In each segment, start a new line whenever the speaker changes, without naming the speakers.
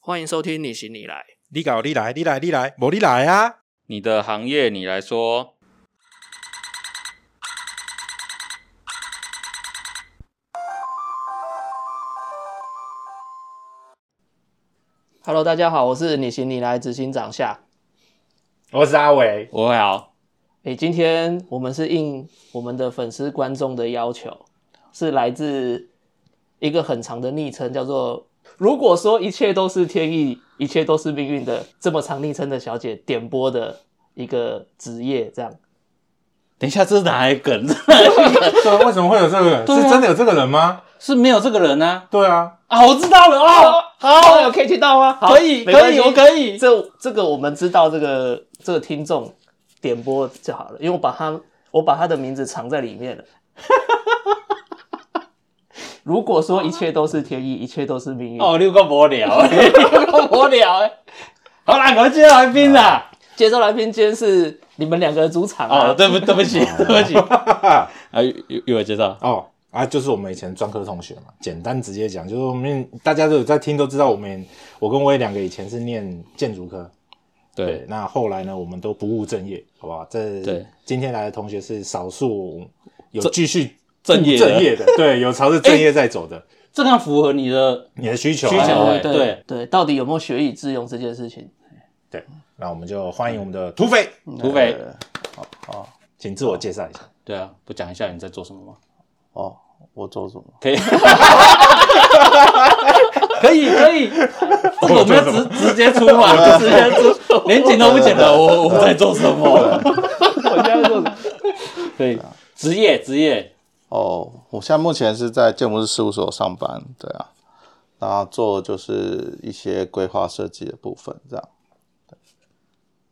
欢迎收听你行你来，
你搞你来，你来你来，我你来啊！
你的行业你来说，
Hello，大家好，我是你行你来执行长夏。
我是阿伟，
我会好。
诶，今天我们是应我们的粉丝观众的要求，是来自一个很长的昵称，叫做“如果说一切都是天意，一切都是命运的”这么长昵称的小姐点播的一个职业，这样
等一下，这是哪一梗？
对，为什么会有这个人？
对啊
是真的有这个人吗？
是没有这个人啊？
对啊，
啊，我知道了哦，
好，有可以听到吗？好
可以，
没关
可
系
以，我可以。
这这个我们知道，这个这个听众点播就好了，因为我把他我把他的名字藏在里面了。 如果说一切都是天意，一切都是命运，
哦，六个无 聊，六个无聊哎。好啦，我接来宾啦。
接受来宾今天是你们两个的主场啊。
哦，对不，对不起，对不起。啊，有有我介绍。
哦啊，就是我们以前专科同学嘛。简单直接讲，就是我们大家都有在听，都知道我们我跟威两个以前是念建筑科，对，
对，
那后来呢，我们都不务正业，好不好？这
对
今天来的同学是少数有继续
正业的
正业的， 对，有朝着正业在走的，
这样符合你的
你的需求啊，
需求
对
哎
对
对
对，到底有没有学以致用这件事情？
对，那我们就欢迎我们的土匪，
土匪。
请自我介绍一下。
对啊，不讲一下你在做什么吗？
哦，我做什么？
可以， 可以，可以。哦这个我哦们要直直接出嘛，直接出，连剪都不剪的，我我在做什 么？
我现在做什么
对，职业职业，
哦，我现在目前是在建筑师事务所上班，对啊，那做就是一些规划设计的部分，这样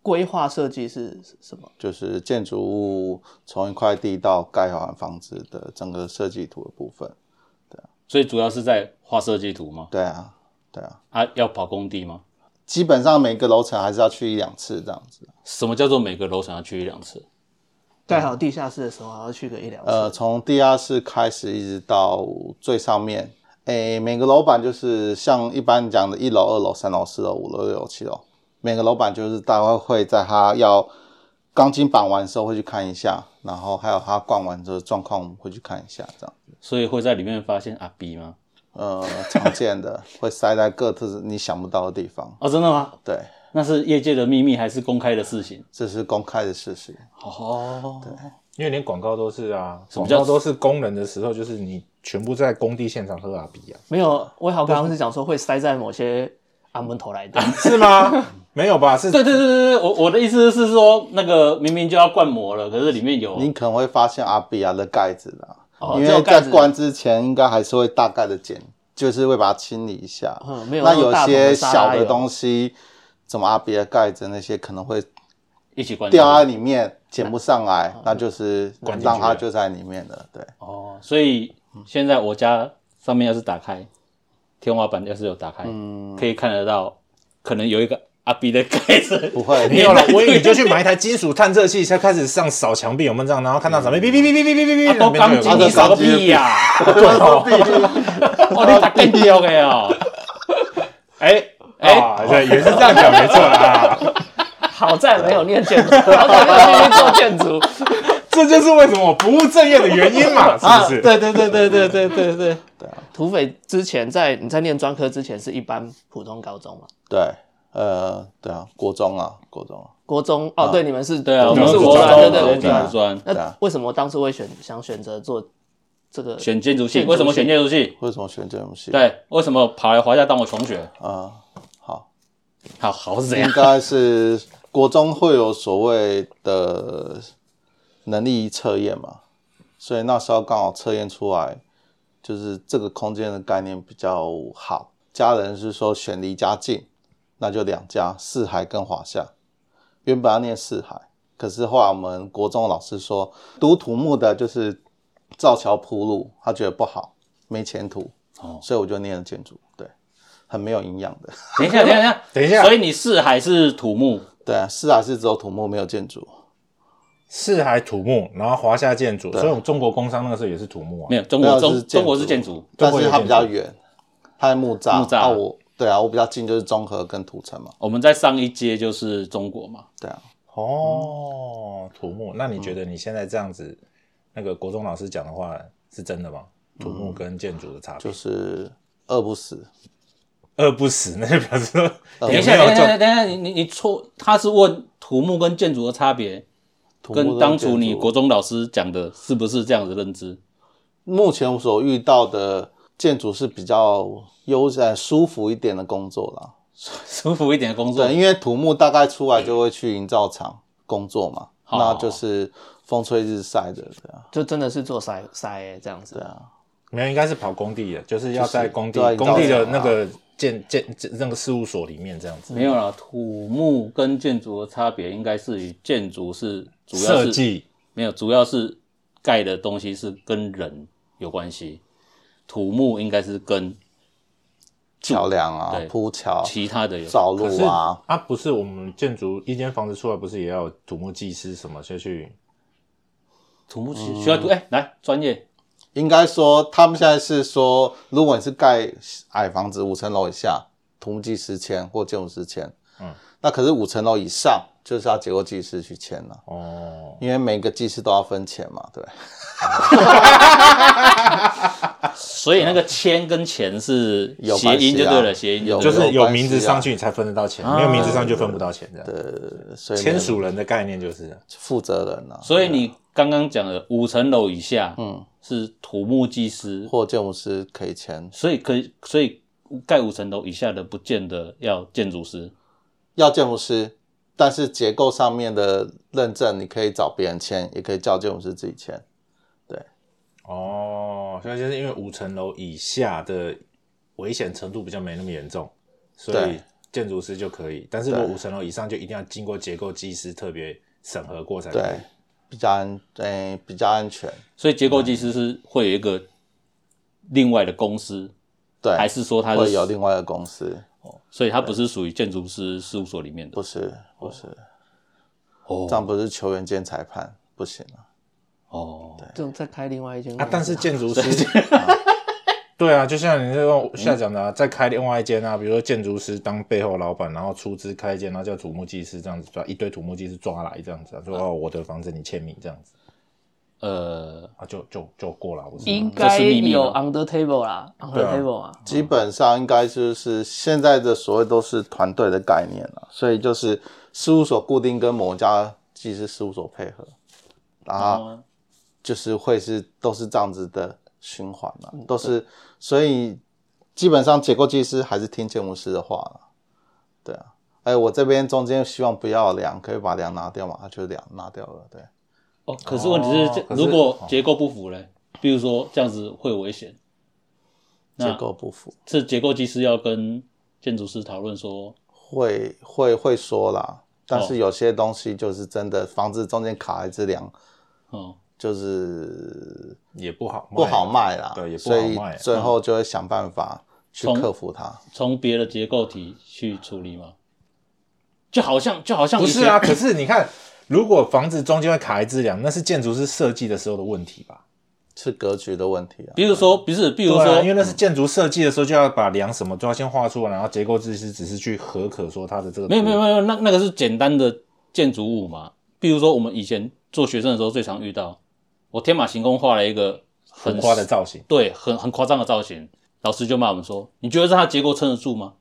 规划设计是什么？
就是建筑物从一块地到盖完房子的整个设计图的部分，
所以主要是在画设计图嘛，
对啊，对啊，
啊，要跑工地吗？
基本上每个楼层还是要去一两次这样子，
什么叫做每个楼层要去一两次？
盖好地下室的时候还要去个一两次。
呃，从地下室开始一直到最上面，诶，每个楼板就是像一般讲的一楼、二楼、三楼、四楼、五楼、六楼、七楼，每个楼板就是大概会在它要钢筋绑完的时候会去看一下，然后还有它灌完之后状况我们会去看一下，这样，
所以会在里面发现阿 B 吗？
呃，常见的 会塞在各自你想不到的地方，
哦，真的吗？
对，
那是业界的秘密还是公开的事情？
这是公开的事实，
哦，
因为连广告都是啊，
么
广
叫
告都是工人的时候，就是你全部在工地现场喝阿比啊，
没有，威豪刚刚是讲说会塞在某些阿门头来的。
是吗？没有吧？是
对对对对对，我我的意思是说，那个明明就要灌模了，可是里面有
你可能会发现阿比亚的盖子啦。
哦
因
这
为
种盖
在
子
灌之前，应该还是会大概的剪，就是会把它清理一下。
嗯没有
那
那种
有
大桶的
些
沙拉
小
油
的东西，怎么阿别的盖子那些可能会
一起灌
掉在里面，捡不上
嗯
来，那就是
灌进去
让它
了
就在里面了。对，
哦，所以现在我家上面要是打开，天花板要是有打开，可以看得到，可能有一个阿 B 的盖子。
不会，
没有了，我以为你就去买一台金属探测器，才开始上扫墙壁，有没有这样？然后看到什么？哔哔哔哔哔哔哔
啊
哔，
都钢
那
筋，
边
你
就有
扫个屁呀、
对哦，
哦，你打更掉的哦。哎哎、
啊，对，也是这样讲，没错啊。
好在没有念建 筑，好在没有念做建筑。
这就是为什么我不务正业的原因嘛，
啊，
是
对
不是？
对对对对对对对，
土匪之前在你在念专科之前是一般普通高中嘛？
对，呃，对啊，国中啊，国中啊，
国中哦，对，你们是
对啊，我
你
们
们是
是
我
国
国
国
中
专，对对
直接进
对
啊
五
啊。
专，
对啊
那为什么当初会选想选择做这个？
选建筑系，
建筑系
为什么选建筑系？
为什么选这种系？
对，为什么跑来华夏当我同学？
啊，好，
好好是怎样
应？该是国中会有所谓的能力测验嘛，所以那时候刚好测验出来，就是这个空间的概念比较好。家人是说选离家近，那就两家四海跟华夏。原本要念四海，可是后来我们国中老师说，读土木的就是造桥铺路，他觉得不好，没前途，
哦
所以我就念了建筑，对，很没有营养的。
等一下，等一下，
等一下
所以你是还是土木？
对啊，四海是只有土木没有建筑。
四海土木，然后华夏建筑，所以我们中国工商那个时候也是土木啊
没。有，中
没
国
有
中
是建筑
中国是建筑，
中
但
国
是
有
它
建
比较
筑
远，它在木栅，
木栅
啊我对啊，我比较近就是中和跟土城嘛。
我们在上一阶就是中国嘛，
对啊，
哦，土木，那你觉得你现在这样子，那个国中老师讲的话是真的吗？土木跟建筑的差别，
就是饿不死。
饿不死，那就表示说
呃
也
等
哦
一
没
下，等
有
一下，
就
等一下，你你你错，他是问土木跟建筑的差别，
土木
跟当初
建
你
筑
国中老师讲的是不是这样子认知？
目前所遇到的建筑是比较悠闲、舒服一点的工作啦。
舒服一点的工作
对，，因为土木大概出来就会去营造厂工作嘛，
好
那就是风吹日晒的，对啊，
就真的是做筛筛、欸、这样子
对。啊，
没有，应该是跑工地的，就是要在工地
就是对
工地的
到
那个建建建那个事务所里面这样子，
没有啦，土木跟建筑的差别应该是与建筑是主要
设
是
计
没有，主要是盖的东西是跟人有关系，土木应该是跟
桥梁啊
对，
铺桥、
其他的有。
造
可
路
是
啊，
啊，不是我们建筑一间房子出来，不是也要有土木技师什么就去
土木需需要
嗯
读，哎、来专业
应该说，他们现在是说，如果你是盖矮房子五层楼以下，土木技师签或建筑师签，
嗯
嗯，那可是五层楼以上就是要结构技师去签了、
哦？
因为每个技师都要分钱嘛，对不对。
所以那个签跟钱是
啊有
谐
关系
音
啊
就对了，谐音
有
对
就
了
是有
关系
名字
啊
上去你才分得到钱，没有名字上去分不到钱这样。
呃，所以
签署人的概念就是
负责人啊，
所以你刚刚讲的五层楼以下，
嗯
嗯，是土木技师，
或建筑师可以签，
所以可以，所以盖五层楼以下的不见得要建筑师。
要建筑师，但是结构上面的认证你可以找别人签，也可以叫建筑师自己签。
哦，所以就是因为五层楼以下的危险程度比较没那么严重，所以
对
建筑师就可以。但是如果
对
五层楼以上，就一定要经过结构技师特别审核过才可以
对。，比较安，诶、比较安全。
所以结构技师是会有一个另外的公司，
对，
还是说他
会
是
有另外的公司，
所以他不是属于建筑师事务所里面的
不是不是，这
哦
样不是球员兼裁判不行啊。
哦，
就再开另外一间
啊，但是建筑师。啊 对啊，就像你这种下讲的、啊，再开另外一间啊，比如说建筑师当背后老板，然后出资开一间，然后叫土木技师这样子，啊把一堆土木技师抓来这样子、啊，说哦我的房子你签名这样子
呃，
啊，就就就过了，我是
应
这
该
是秘密
有
吗
on the table 啦，on the
对啊
table 啊，
基本上应该就是现在的所谓都是团队的概念了，所以就是事务所固定跟某家技师事务所配合，
啊
然后
哦
就是会是都是这样子的循环嘛，
嗯
都是所以基本上结构技师还是听建筑师的话了，对啊，哎，我这边中间希望不要梁，可以把梁拿掉嘛，他就梁拿掉了，对，
哦，可是问题是，
可
这
是哦
如果结构不符嘞，比如说这样子会有危险，那
结构不符。
是结构技师要跟建筑师讨论说，
会会会说啦，但
哦
是有些东西就是真的，房子中间卡一只梁，
哦，
就是
也不好卖
不好卖啦，
对也不好
所以
卖啊
最后就会想办法去
从
克服它。
从别的结构体去处理吗？就好像就好像
不
以
是
前
啊，可是你看，如果房子中间会卡一只梁，那是建筑师设计的时候的问题吧？
是格局的问题啊，
比如说，不是，比如
对
说，
啊，因为那是建筑设计的时候就要把梁什么都要先画出来，然后结构技师只是去合可说它的这个
没有没有没有，那那个是简单的建筑物嘛。比如说，我们以前做学生的时候最常遇到，我天马行空画了一个很
很花的造型，
对，很很夸张的造型，老师就骂我们说：“你觉得让它结构撑得住吗？”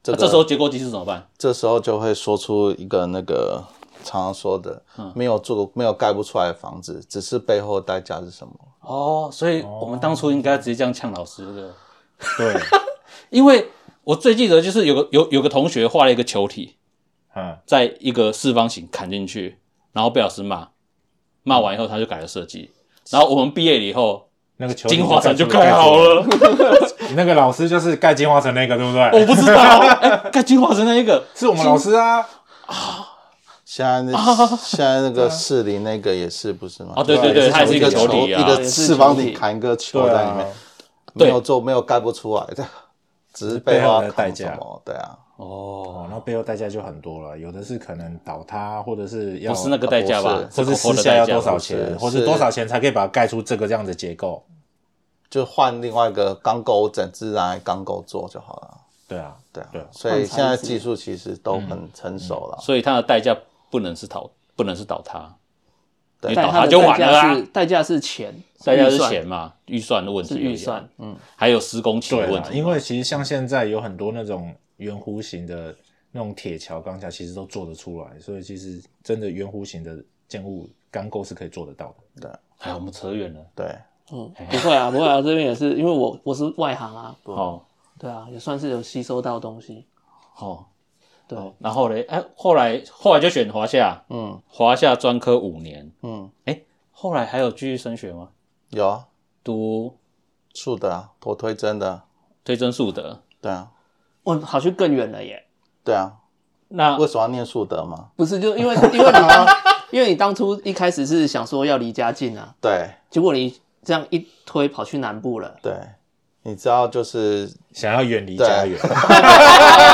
这
那
个、
这时候结构技师怎么办？
这时候就会说出一个那个常常说的，没有做没有盖不出来的房子，只是背后的代价是什么？
哦，所以我们当初应该直接这样呛老师的，
对，
因为我最记得就是有个有有个同学画了一个球体，
嗯，
在一个四方形砍进去，然后被老师骂，骂完以后他就改了设计，然后我们毕业了以后，
那个球
金华城就
盖
盖好了。
那个老师就是盖金华城那个，对不对？
我不知道， 哎，盖金华城那一个
是我们老师啊，
现在那现在那个士林那个也是不是吗？
哦，对对对，
对
它也是一个球
球
体啊，
一个
也是
四方
球体
体砍一个球
对
在里面
啊。，
没有做，没有盖不出来的， 只是背后要扛什么？对啊，
哦，
哦，
然后背后代价就很多了，有的是可能倒塌，或者是要
不哦是那个代价吧？
哦或是
口头
私
的
下
代
要
价
多少
吧，
钱，
是
或者
是
多少钱才可以把它盖出这个这样的结构？
就换另外一个钢构整只拿来钢构做就好了。
对啊，
对啊
对啊，
所
换
以
材质
现在技术其实都很成熟了。
所以它的代价不能是倒，不能是倒塌，
对
你
但
倒
它的
塌哎就
代
完了
价是
啊。
代价是钱，
代价
预
是
算
钱嘛，预算的问
是
题而已啊，
预算，
还有施工期的
对
问
啊，
题。
因为其实像现在有很多那种圆弧形的那种铁桥、钢架，其实都做得出来，所以其实真的圆弧形的建物钢构是可以做得到的。
哎，我们扯远了。
对，
嗯，不会啊，不会啊，这边也是因为我我是外行啊，
哦
对啊，也算是有吸收到东西，
哦，
对，
哦然后嘞，哎，后来后来就选华夏，
嗯
华夏专科五年，
嗯，
后来还有继续升学吗？
有啊，
读
树的啊，我推真的啊，
推甄术德，
对啊，
我跑哦去更远了耶，
对啊，
那
为什么要念树德嘛？
不是，就因为因为你当因为你当初一开始是想说要离家近啊，
对
结果你这样一推跑去南部了，
对，你知道就是
想要远离家 园，
啊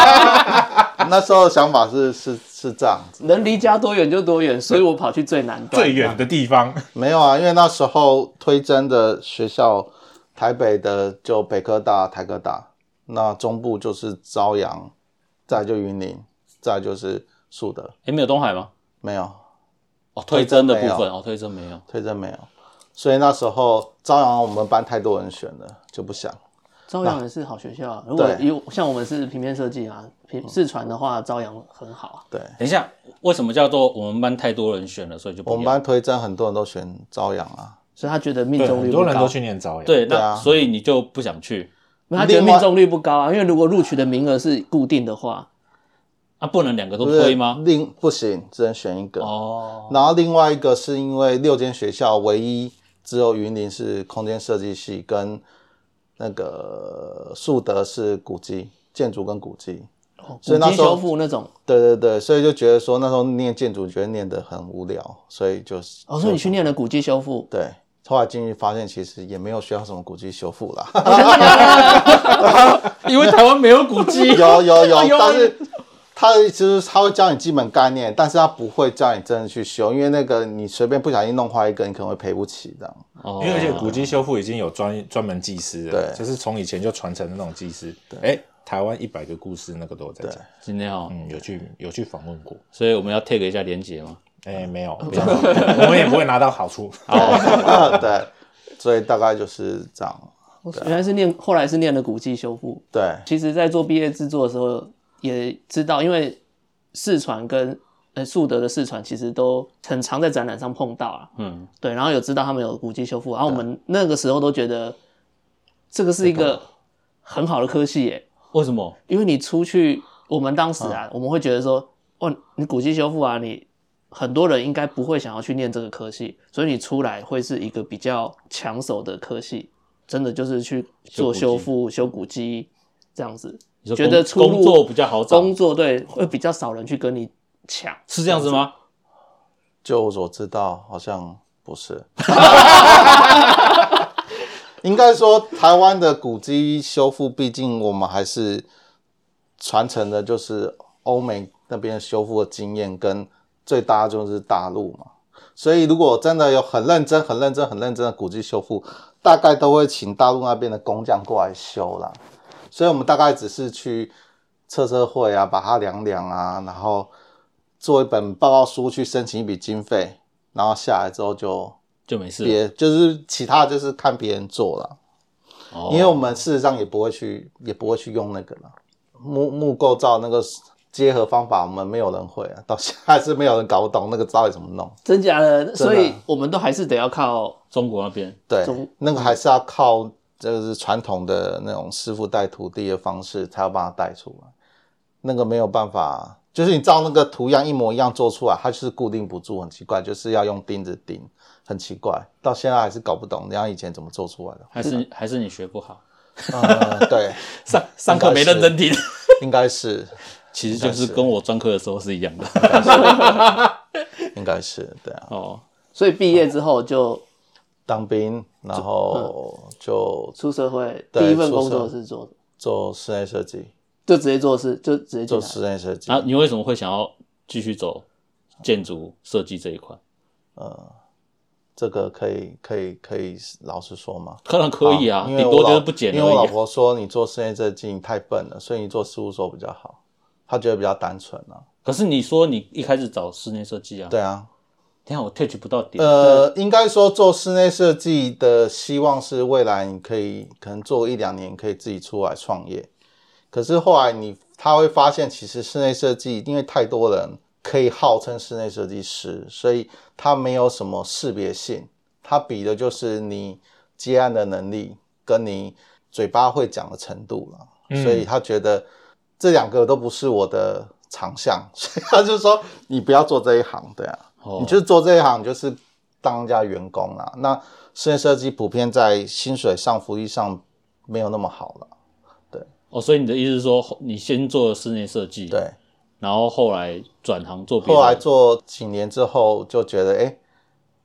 那时候的想法是 是是这样子，
能离家多远就多远，所以我跑去最南端，
最远的地方，
没有啊，因为那时候推甄的学校，台北的就北科大、台科大，那中部就是朝阳，再就云林，再就是树德，
哎没有东海吗？
没有
哦，推甄的部
推甄
分哦，推甄没有。
推甄没有，所以那时候朝阳我们班太多人选了，就不想。
朝阳也是好学校啊，如果
对
有像我们是平面设计啊，平视传的话，朝阳很好啊，
对
等一下，为什么叫做我们班太多人选了，所以就不
我们
要
班推甄很多人都选朝阳啊，
所以他觉得 命
对，
中率
很
不
多人
高
都，去念朝阳。，
对，
对
那
啊
所以你就不想去
没有他觉得
另外
命中率不高啊，因为如果录取的名额是固定的话，
啊？不能两个都
不是
推吗？
另不行，只能选一个。
哦，
然后另外一个是因为六间学校唯一只有云林是空间设计系，跟那个树德是古迹建筑跟古迹。
哦
所以
古
那
迹
时候
修复那种，
对对对，所以就觉得说那时候念建筑觉得念得很无聊，所以就是
哦，所以你去念了古迹修 复，
对。后来进去发现，其实也没有需要什么古迹修复啦。，
因为台湾没有古迹
有有有啊
哎，呦
但是他其实他会教你基本概念，但是他不会教你真的去修，因为那个你随便不小心弄坏一个，你可能会赔不起这样。
哦
因为而且古迹修复已经有专专门技师了，
对
就是从以前就传承的那种技师。哎，台湾一百个故事那个都有在讲，
今天哦，
嗯，有去有去访问过。
所以我们要 take 一下连结嘛。
嗯
哎，没有，没有我们也不会拿到好处。
对，所以大概就是这样。
原来是念，后来是念了古迹修复。
对
其实，在做毕业制作的时候，也知道，因为四传跟呃树德的四传其实都很常在展览上碰到啊。
嗯，
对，然后有知道他们有古迹修复，然后我们那个时候都觉得这个是一个很好的科系耶，
为什么？
因为你出去，我们当时啊，我们会觉得说，哇，你古迹修复啊，你很多人应该不会想要去念这个科系，所以你出来会是一个比较抢手的科系，真的就是去做修复、修古迹这样子，
你说
觉得
工
出路
工作比较好找，
工作对会比较少人去跟你抢。
是这样子吗？
就我所知道，好像不是。 应该说，台湾的古迹修复，毕竟我们还是传承的，就是欧美那边修复的经验，跟最大就是大陆嘛。所以，如果真的有很认真、很认真、很认真的古迹修复，大概都会请大陆那边的工匠过来修啦。所以我们大概只是去测测会啊，把它量量啊，然后做一本报告书去申请一笔经费，然后下来之后就
就没事了。
别就是其他就是看别人做了，
哦
因为我们事实上也不会去也不会去用那个了，木木构造那个结合方法我们没有人会啊，到现在还是没有人搞懂那个到底怎么弄。
真假的，所以我们都还是得要靠
中国那边
对
中，
那个还是要靠就是传统的那种师傅带徒弟的方式，才有办法带出来。那个没有办法，就是你照那个图样一模一样做出来，它就是固定不住，很奇怪，就是要用钉子钉，很奇怪，到现在还是搞不懂人家以前怎么做出来
。
的
还是还是你学不好，
嗯，对，
上上课没认真听，
应该是，
其实就是跟我专科的时候是一样的。
应该是，对啊，
哦，
所以毕业之后就
当兵，然后就
出社会，
对
第一份
出社
工作是做，
做室内设计，
就直接做事，就直接进
做
来
室内设计
然。啊后你为什么会想要继续走建筑设计这一块？
这个可以可以可以老实说吗？
当然可以啊，
好因
顶
为我
多就
老
是不剪而已
因
啊。
为我老婆说你做室内设计你太笨了，所以你做事务所比较好，她觉得比较单纯啊。
可是你说你一开始找室内设计啊，
对啊，
等一下我 touch 不到点，
呃，应该说做室内设计的希望是未来你可以可能做一两年可以自己出来创业，可是后来你他会发现，其实室内设计因为太多人可以号称室内设计师，所以他没有什么识别性，他比的就是你接案的能力跟你嘴巴会讲的程度了，
嗯
所以他觉得这两个都不是我的长项，所以他就说你不要做这一行，对啊。
哦
你就做这一行就是当人家员工啦。那室内设计普遍在薪水上、福利上没有那么好了。
哦，所以你的意思是说，你先做室内设计，，
对，
然后后来转行做别的，
后来做几年之后就觉得，哎、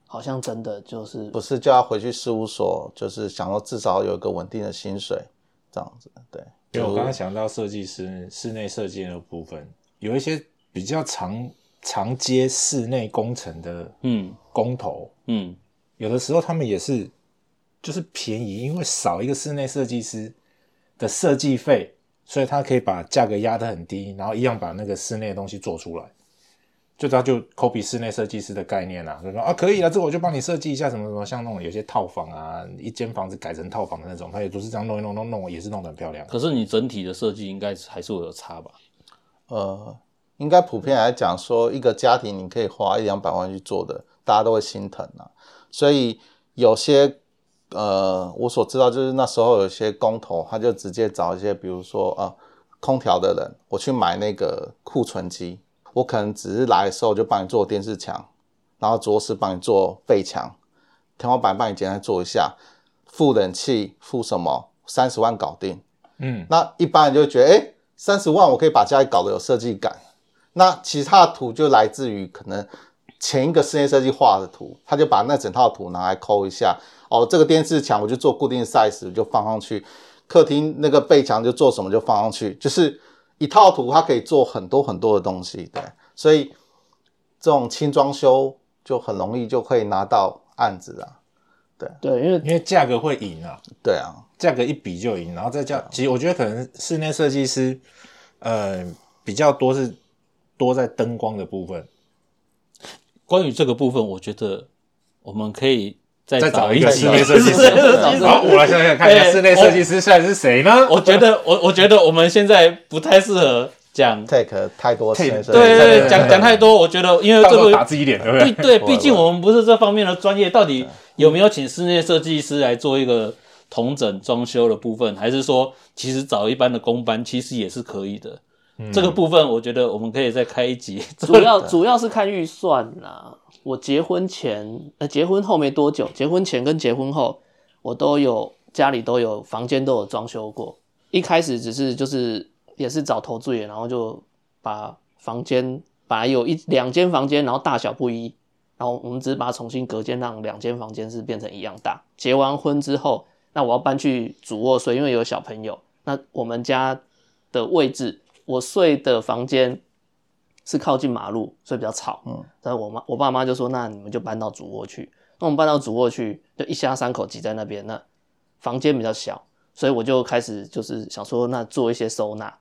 好像真的就是
不是就要回去事务所，就是想说至少有一个稳定的薪水这样子。对，
因为我刚刚想到设计师室内设计的部分，有一些比较常常接室内工程的
嗯
工头，
嗯，
有的时候他们也是就是便宜，因为少一个室内设计师的设计费，所以他可以把价格压得很低，然后一样把那个室内的东西做出来。就他就 copy 室内设计师的概念啊，就说啊可以了，这个我就帮你设计一下什么什么，像那种有些套房啊，一间房子改成套房的那种，他也都是这样弄一弄弄弄，也是弄得很漂亮。
可是你整体的设计应该还是会有差吧？
呃，应该普遍来讲说，一个家庭你可以花一两百万去做的，大家都会心疼啊。所以有些呃，我所知道就是那时候有些工头，他就直接找一些，比如说啊、呃空调的人，我去买那个库存机，我可能只是来的时候就帮你做电视墙，然后桌饰帮你做背墙，天花板帮你简单做一下，付冷气付什么三十万搞定。
嗯，
那一般人就会觉得，哎、三十万我可以把家里搞得有设计感。那其他的图就来自于可能前一个室内设计画的图，他就把那整套图拿来抠一下。哦，这个电视墙我就做固定 size 就放上去，客厅那个背墙就做什么就放上去，就是一套图它可以做很多很多的东西。对，所以这种轻装修就很容易就可以拿到案子啊。
对，因为
因为价格会赢啊，
对啊，
价格一比就赢，然后再加，
啊
其实我觉得可能室内设计师，呃，比较多是多在灯光的部分，
关于这个部分，我觉得我们可以再
再找一
个
个室内设 计
室内
师。
设计师
好，我来想想看一下
哎哦
室内设计师现在是谁呢？
我觉得我我觉得我们现在不太适合讲，
，take 太多室内设计，
对
对
对
对
对，讲
对
讲太多，我觉得因为
到
这
时候
个
打自己脸，对不
对
对？
对，毕竟我们不是这方面的专业，到底有没有请室内设计师来做一个同整装修的部分，还是说其实找一般的工班其实也是可以的？这个部分我觉得我们可以再开一集。
主要主要是看预算啦。我结婚前，呃，结婚后没多久，结婚前跟结婚后，我都有家里都有房间都有装修过。一开始只是就是也是找投资人，然后就把房间本来有一两间房间，然后大小不一，然后我们只是把它重新隔间，让两间房间是变成一样大。结完婚之后，那我要搬去主卧睡，因为有小朋友。那我们家的位置，我睡的房间是靠近马路，所以比较吵。
嗯，
但我妈我爸妈就说，那你们就搬到主卧去。那我们搬到主卧去，就一家三口挤在那边，那房间比较小，所以我就开始就是想说，那做一些收纳。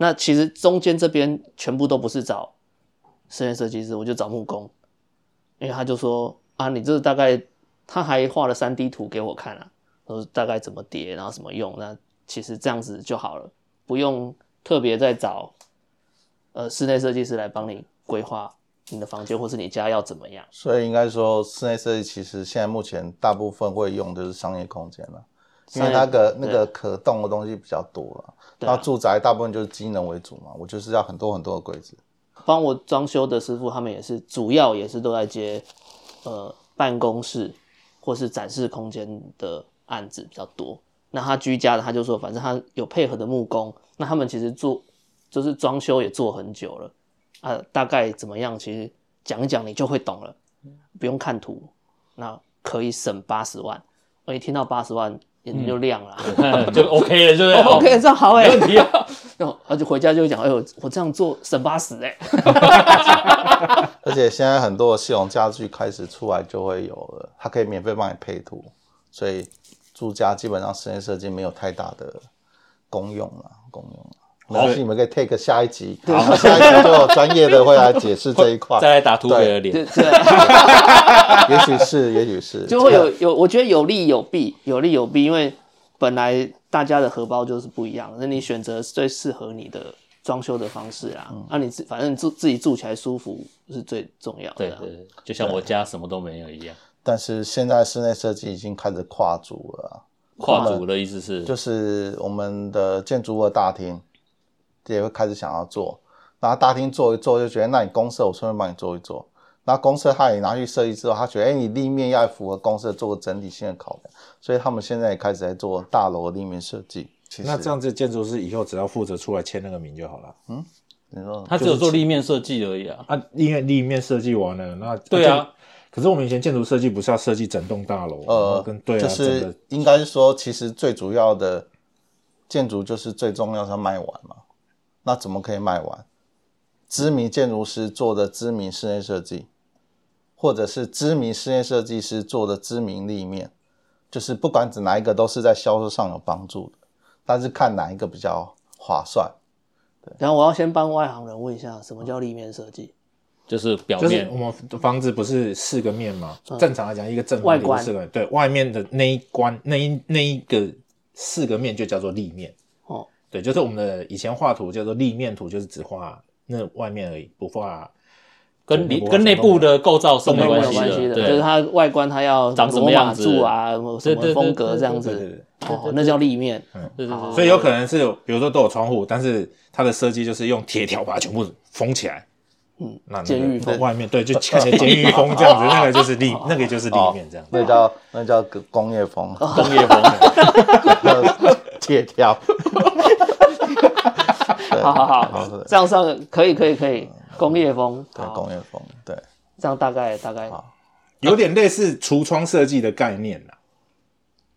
那其实中间这边全部都不是找室内设计师，我就找木工，因为他就说啊，你这大概他还画了三 D 图给我看啊，说大概怎么叠，然后怎么用，那其实这样子就好了，不用特别再找呃室内设计师来帮你规划你的房间或是你家要怎么样。
所以应该说，室内设计其实现在目前大部分会用的是商业空间了，因为那个
商业
那个可动的东西比较多了。
对啊
那住宅大部分就是机能为主嘛，我就是要很多很多的柜子。
帮我装修的师傅，他们也是主要也是都在接呃办公室或是展示空间的案子比较多。那他居家的，他就说反正他有配合的木工，那他们其实做就是装修也做很久了啊，大概怎么样，其实讲一讲你就会懂了，不用看图，那可以省八十万。我一听到八十万眼睛就亮了、
就 OK 了，对不对
o k 嗯这样好哎、
没问题啊。
那我而且回家就会讲，哎呦，我这样做省八十哎，
而且现在很多的系统家具开始出来就会有了，它可以免费帮你配图，所以住家基本上室内设计没有太大的功用了，功用了。没关系，你们可以 take 下一集，我们下一集就有专业的会来解释这一 块。
再来打土匪的脸，
对对，啊
也许是，也许是，
就会有有，我觉得有利有弊，有利有弊，因为本来大家的荷包就是不一样，那你选择最适合你的装修的方式啊，
嗯
那、你自反正自自己住起来舒服是最重要
对
的啊、
对，对就像我家什么都没有一样。
但是现在室内设计已经开始跨足了啊，
跨组的意思是，
就是我们的建筑物的大厅也会开始想要做，然后大厅做一做就觉得，那你公社我顺便帮你做一做。然后公社他也拿去设计之后，他觉得，哎，你立面要符合公社，做个整体性的考量，所以他们现在也开始在做大楼的立面设计。其实
那这样子建筑师以后只要负责出来签那个名就好了。
你说
他只有做立面设计而已啊。
啊，因为立面设计完了，那
对啊，
可是我们以前建筑设计不是要设计整栋大楼，然后
哦
呃
跟对啊，
就
整个
是应该是说，其实最主要的建筑就是最重要是要卖完嘛。那怎么可以卖完？知名建筑师做的知名室内设计，或者是知名室内设计师做的知名立面，就是不管指哪一个都是在销售上有帮助的，但是看哪一个比较划算。
然后我要先帮外行人问一下，什么叫立面设计？
就是表
就是
面
我们房子不是四个面嘛？正常来讲，一个正
嗯外
房顶
观
是四个面，对外面的那一关那一那一个四个面就叫做立面。
哦，
对，就是我们的以前画图叫做立面图，就是只画那外面而已，不画
跟
内
里
部
跟内部的构造嗯是没
没
关
有
系
关系
的，
的，就是
对，
它外观它要
长什么样子
罗马柱啊，什么什
对对对
么风格这样
对对
子，
对。
哦，那叫立面。
对对对
所以有可能是有，比如说都有窗户，但是它的设计就是用铁条把它全部封起来。嗯，那那个
监狱风哦
外面对， 就看起来监狱风这样子，那个就是立，那个就是立面这样。
那叫那叫工业风，
哦
工业风，
叫铁条。对
好好好
对，
这样上可以可以可以，工业风，
对
好
工业风，对。
这样大概大概。
有点类似橱窗设计的概念啦，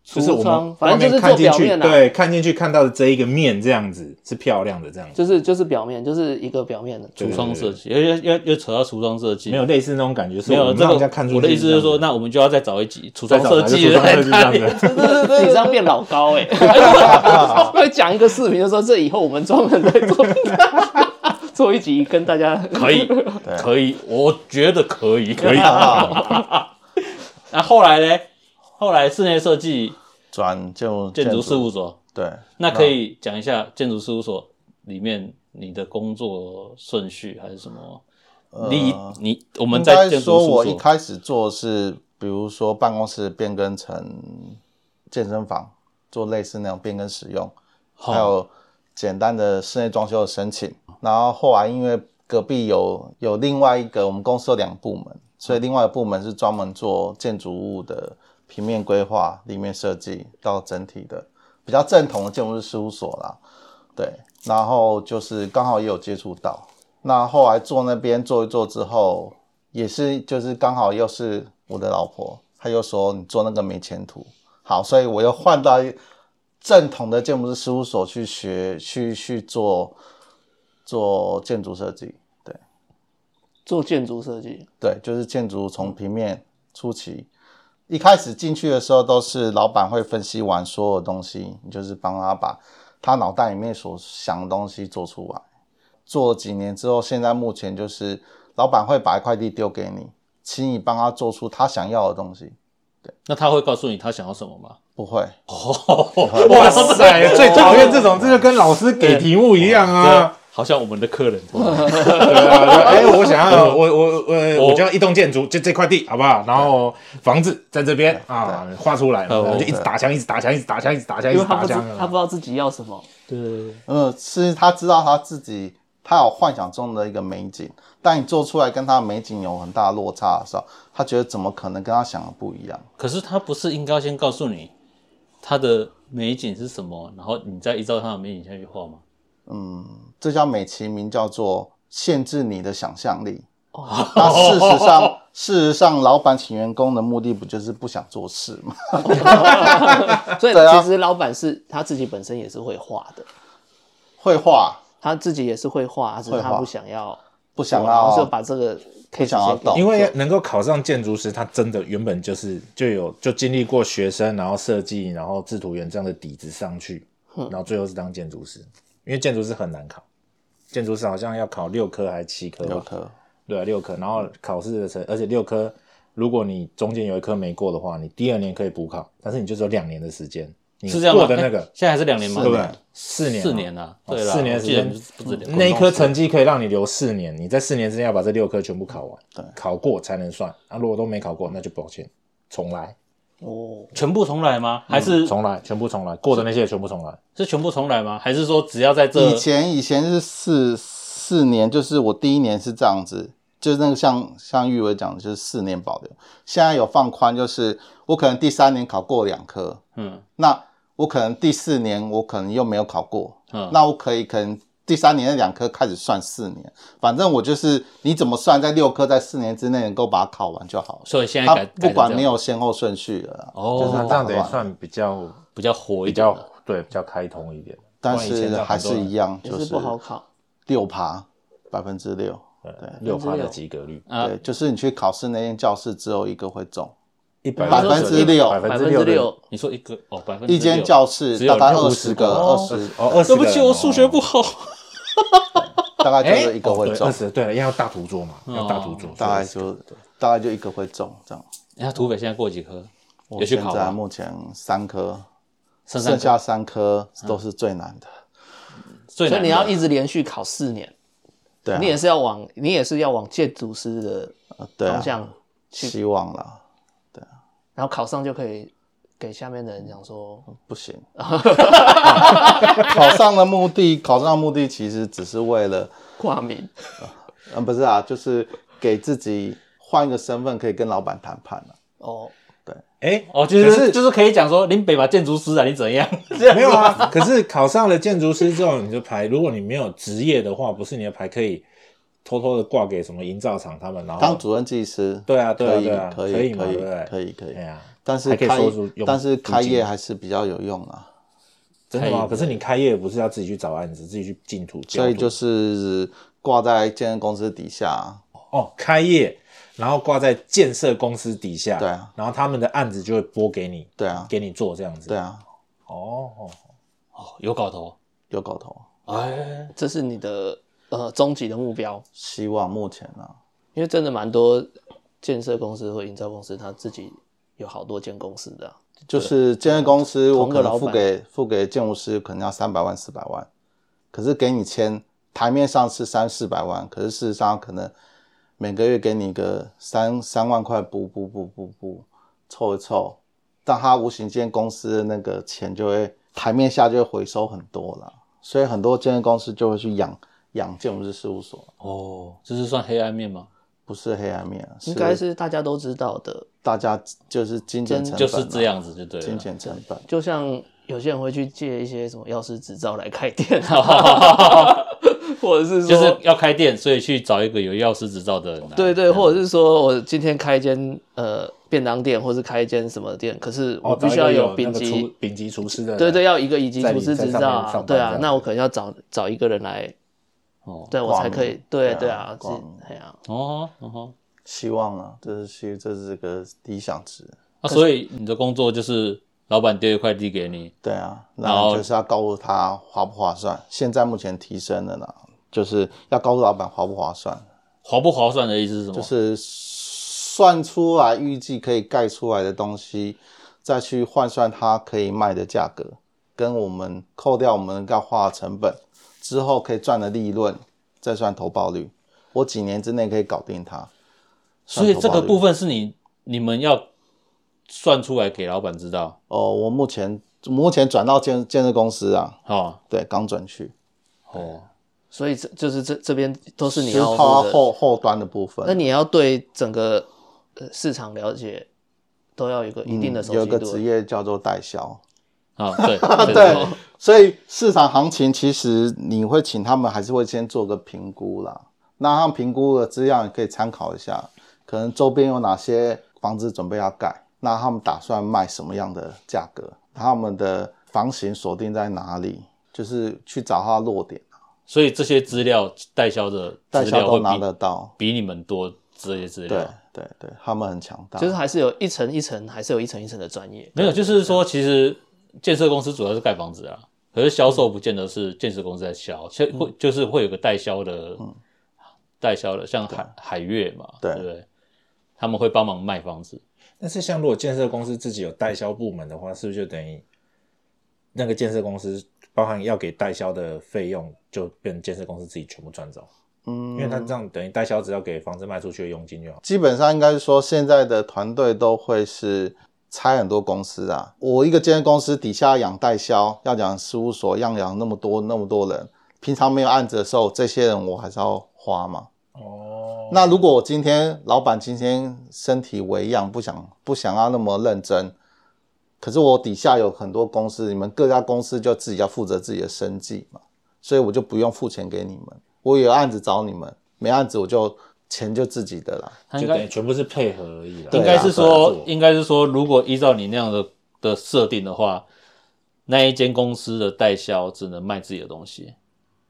就是我
橱窗
们
反正就是
外
做
面看进
表
去，
面啦，
对，看进去看到的这一个面这样子是漂亮的，这样子
就是就是表面，就是一个表面的。
对
橱窗设计，又又又又扯到橱窗设计
没，有类似那种感觉，是
没
我
有
们
这
让人
个
家看出去
我的意思就是说，
这样子
那我们就要再找一集橱
再
窗
找
设
来就
计
橱窗设
的
计这
在哪
样
里？
子，
对对对，你这样变老高哎、 会讲一个视频，就说这以后我们专门来做做一集，跟大家
可以，可以，我觉得可以，可以。 那后来呢？后来室内设计
转建筑
建筑事务所，
对，
那可以讲一下建筑事务所里面你的工作顺序还是什么？
呃
你你我们
应
在
该
建筑
说
事务
我一
所，
开始做是，比如说办公室变更成健身房，做类似那种变更使用，还有简单的室内装修的申请。然后后来因为隔壁有有另外一个，我们公司有两部门，所以另外一个部门是专门做建筑物的平面规划、立面设计到整体的比较正统的建筑师事务所啦。对，然后就是刚好也有接触到。那后来做那边做一做之后，也是就是刚好又是我的老婆，她又说你做那个没前途，好，所以我又换到一正统的建筑师事务所去学去去做做建筑设计，对
做建筑设计，
对，就是建筑从平面初期。一开始进去的时候，都是老板会分析完所有东西，你就是帮他把他脑袋里面所想的东西做出来。做几年之后，现在目前就是老板会把一块地丢给你，请你帮他做出他想要的东西。
那他会告诉你他想要什么吗？
不 会，
哇塞，最讨厌这种，这就跟老师给题目一样啊。
好像我们的客人，
对啊，对哎，我想要，我我我我就要一栋建筑，就这块地，好不好？然后房子在这边啊，画出来，然后就一直打枪，一直打枪，一直打枪，一直打枪，一
因
直
为他
打
不知
枪。
他不知道自己要什么，
对，
嗯，是他知道他自己他有幻想中的一个美景，但你做出来跟他的美景有很大的落差的时候，他觉得怎么可能跟他想的不一样？
可是他不是应该先告诉你他的美景是什么，然后你再依照他的美景下去画吗？
这叫美其名叫做限制你的想象力。那事实上， 事实上，老板请员工的目的不就是不想做事吗？
所以
对啊
其实老板是他自己本身也是会画的，
绘画
他自己也是会画，只是
会
他
画
不想要，
不想
然后就
要，
把这个 case
想要
先给
动
因为能够考上建筑师，他真的原本就是就有就经历过学生，然后设计，然后制图员这样的底子上去，
嗯
然后最后是当建筑师，因为建筑师很难考，建筑师好像要考六科还是七科
有
吧？
可
对啊，六科，然后考试的成，而且六科，如果你中间有一科没过的话，你第二年可以补考，但是你就只有两年的时间，你
是这样吗
过的那个
哎，现在还是两年吗？
对不对？四年，
四年啊，
哦
对啦，
四年
我
时
记得
间
嗯
嗯
不止两年。
那一科成绩可以让你留四年，你在四年之内要把这六科全部考完，
对
考过才能算。啊，如果都没考过，那就抱歉，重来，
哦，
全部重来吗？还是
嗯重来，全部重来，过的那些也全部重来。
是全部重来吗？还是说只要在这
以前以前是四四年，就是我第一年是这样子，就是那个像像玉伟讲的，就是四年保留。现在有放宽，就是我可能第三年考过两科，
嗯
那我可能第四年我可能又没有考过，
嗯
那我可以可能第三年那两科开始算四年，反正我就是你怎么算，在六科在四年之内能够把它考完就好了。
所以现在
它
改
不管没
有
有先后顺序了啦，
哦
就是
那这样等于
打乱
算比较
比较活一
比
点
较
的，
对，比较开通一点。
但
不然以前
是
这样
还
很多
是
人
一样，
也
就是
不好考，
六趴，百分之六。对
六趴
六
的及格率，
啊
对，就是你去考试那间教室，只有一个会中，
一
百分之
六
百
百
分
分之
之
六的，
六，
你说一个哦，百分之
一间
六
教室
只有
大概
六
二
十
十个，二十，
哦，二十。
对不起，我数学 不好。
大概
哎，
就是一个会
哦对
中
二，十对了，要大图桌嘛，要大图桌，
哦
大概就大概就一个会中这样。
哎，土匪现在过几科？
我
有去
现
考
在
吗？
目前三科，
剩
剩
三
下三科都是最难的。
最
所
难
以
的
你要一直连续考四年，
对啊
你，也是要往你也是要往建筑师的
呃对
方
啊，
向，
希望啦，
然后考上就可以给下面的人讲说，
不行。考上的目的，考上的目的其实只是为了，
挂名
嗯，不是啊，就是给自己换一个身份，可以跟老板谈判啊了。
哦，
哎，
哦，就
可
是
是
就是可以讲说林北吧，建筑师啊，你怎样？
没有啊，可是考上了建筑师之后，你就排，如果你没有职业的话，不是你的牌可以偷偷的挂给什么营造厂他们，然后
当主任技师，
对啊，对
可
啊，
以
对啊，，
可
以
以，
嘛，
可
对
以
不对？，
可以，可
哎
以。
呀，
但是
还可以
开
收入，用
但是
租
开
金
业还是比较有用啊。
真的吗？可是你开业不是要自己去找案子，自己去进图，
所以
标图
就是挂在建设公司底下，
哦，开业，然后挂在建设公司底下，
对啊，
然后他们的案子就会拨给你，
对啊
给你做这样子，
对，啊，
哦，哦
哦，有搞头。
有搞头。
哎，
这是你的呃终极的目标，
希望目前啊，
因为真的蛮多建设公司或营造公司，他自己有好多间公司的啊、
就是建设公司，我
同个
可
老
能付
板
给付给建筑师可能要三百万四百万，可是给你签台面上是三四百万，可是事实上可能每个月给你个三三万块补补补补补凑一凑，但他无形间公司的那个钱就会台面下就会回收很多了，所以很多建设公司就会去养养建筑师事务所，
哦，这是算黑暗面吗？
不是黑暗面啊，
应该是大家都知道的。
大家就是精简成本、啊，
就是这，样子就对
精
了。
简成本。
就像有些人会去借一些什么药师执照来开店啊或者是说，
就是要开店，所以去找一个有药师执照的人啊来。
对对，或者是说我今天开一间呃便当店，或是开一间什么店，可是我
哦，
必须
找
要
一个有
丙
那个
级
厨，丙级厨师的，
对对，，要一个乙级
呃在
厨
你
师
在
执
上
照
面
啊
上班，
对
这
啊，
样
那我可能要找找一个人来，
哦
对我
挂
才可以
名，
对
对
对
啊
啊，自
挂
己
名
哎呀，
哦哦哦，
希望啊，这是希，这是个理想值。
那啊所以你的工作就是老板丢一块地给你，
对啊，
然
那
后
就是要告诉他划不划算。现在目前提升了啦，就是要告诉老板划不划算，
划不划算的意思是什么？
就是算出来预计可以盖出来的东西，再去换算它可以卖的价格，跟我们扣掉我们要花的成本之后可以赚的利润，再算投报率。我几年之内可以搞定它。
所以这个部分
分
是你你们要算出来给老板知道。
哦，我目前目前转到建建设公司啊，
哦
对，刚转去。
哦，
所以这就是这这边都是你
就是
要
靠
负
它
责，
后后端的部分，
那你也要对整个呃市场了解，都要有
嗯
一个一定的熟
嗯有
悉
一个职
度。
业叫做代销，
啊 对对
对，所以市场行情其实你会请他们还是会先做个评估啦。那他们评估的资料你可以参考一下，可能周边有哪些房子准备要盖，那他们打算卖什么样的价格，他们的房型锁定在哪里，就是去找它的弱点，
所以这些资料代销的
代
资
销
料
都拿
会
得到。
比比你们多这些资
对
料。
对对，他们很强
啊
大。
就是还是有一层一层，还是有一层一层的专业。
没有，就是说，其实建设公司主要是盖房子啊，可是销售不见得是建设公司在销，其
嗯
实会就是会有个代销的，代销的，像海海月嘛，
对
不对？他们会帮忙卖房子，
但是像如果建设公司自己有代销部门的话，是不是就等于那个建设公司包含要给代销的费用，就变成建设公司自己全部赚走？
嗯
因为他这样等于代销只要给房子卖出去的佣金就好。
基本上应该是说，现在的团队都会是拆很多公司啊。我一个建设公司底下养代销，要养事务所，要养那么多那么多人，平常没有案子的时候，这些人我还是要花嘛。
哦，
那如果我今天老板今天身体为恙，不想不想要那么认真，可是我底下有很多公司，你们各家公司就自己要负责自己的生计嘛，所以我就不用付钱给你们，我有案子找你们，没案子我就钱就自己的啦。
他应
就
该
等于全部是配合而已啦。
对
应
啊
该是
对
说
啊，
应该是说，如果依照你那样的的设定的话，那一间公司的代销只能卖自己的东西，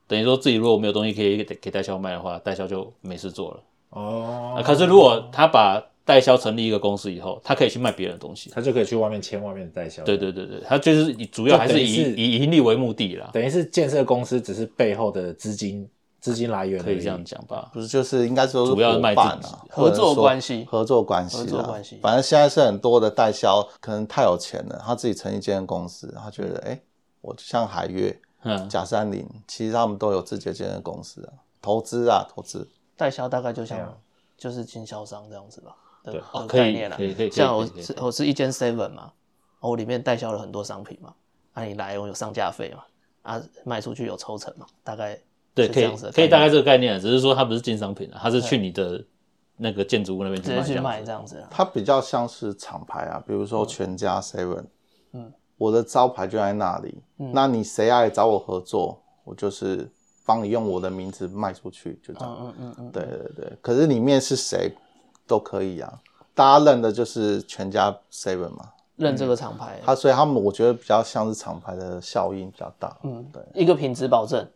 等于说自己如果没有东西可以给给代销卖的话，代销就没事做了。
哦
啊，可是如果他把代销成立一个公司以后，他可以去卖别人的东西。
他就可以去外面签外面的代销。
对对对对，他就是以主要还是以
就等于是
以盈利为目的啦，
等于是建设公司只是背后的资金资金来源而已，
可以这样讲吧？
不是，就是应该说是
主要是
伙
卖
伴
自己
啊，或者
合作
说
关系
合作关系啦，
合作关系
反正现在是很多的代销，可能太有钱了，他自己成立建设公司，他觉得哎、诶我就像海月、
嗯，
假山林，其实他们都有自己的建设公司啊，投资啊，投资。
代销大概就像、
对啊
就是经销商这样子吧，对
对
哦可以
概念啦。啊
可以可以可以
像我
可以可以
是我是一间 seven 嘛，哦我里面代销了很多商品嘛，啊你来我有上架费嘛，啊卖出去有抽成嘛，大概
对，
是
可
这
以
样子的
可以大
概
概这个概念，只是说它不是进商品啊，它是去你的那个建筑物那边去
直
卖
接
这
去卖
样子。
这样子啦。啊
它比较像是厂牌啊，比如说全家 Seven，嗯，我的招牌就在那里，
嗯
那你谁来找我合作，我就是帮你用我的名字卖出去，就这样，嗯嗯嗯，对对对。可是里面是谁都可以啊，大家认的就是全家 Seven 嘛，
认
嗯
这个厂牌，
他所以他们我觉得比较像是厂牌的效应比较大，嗯，对。
一个品质保证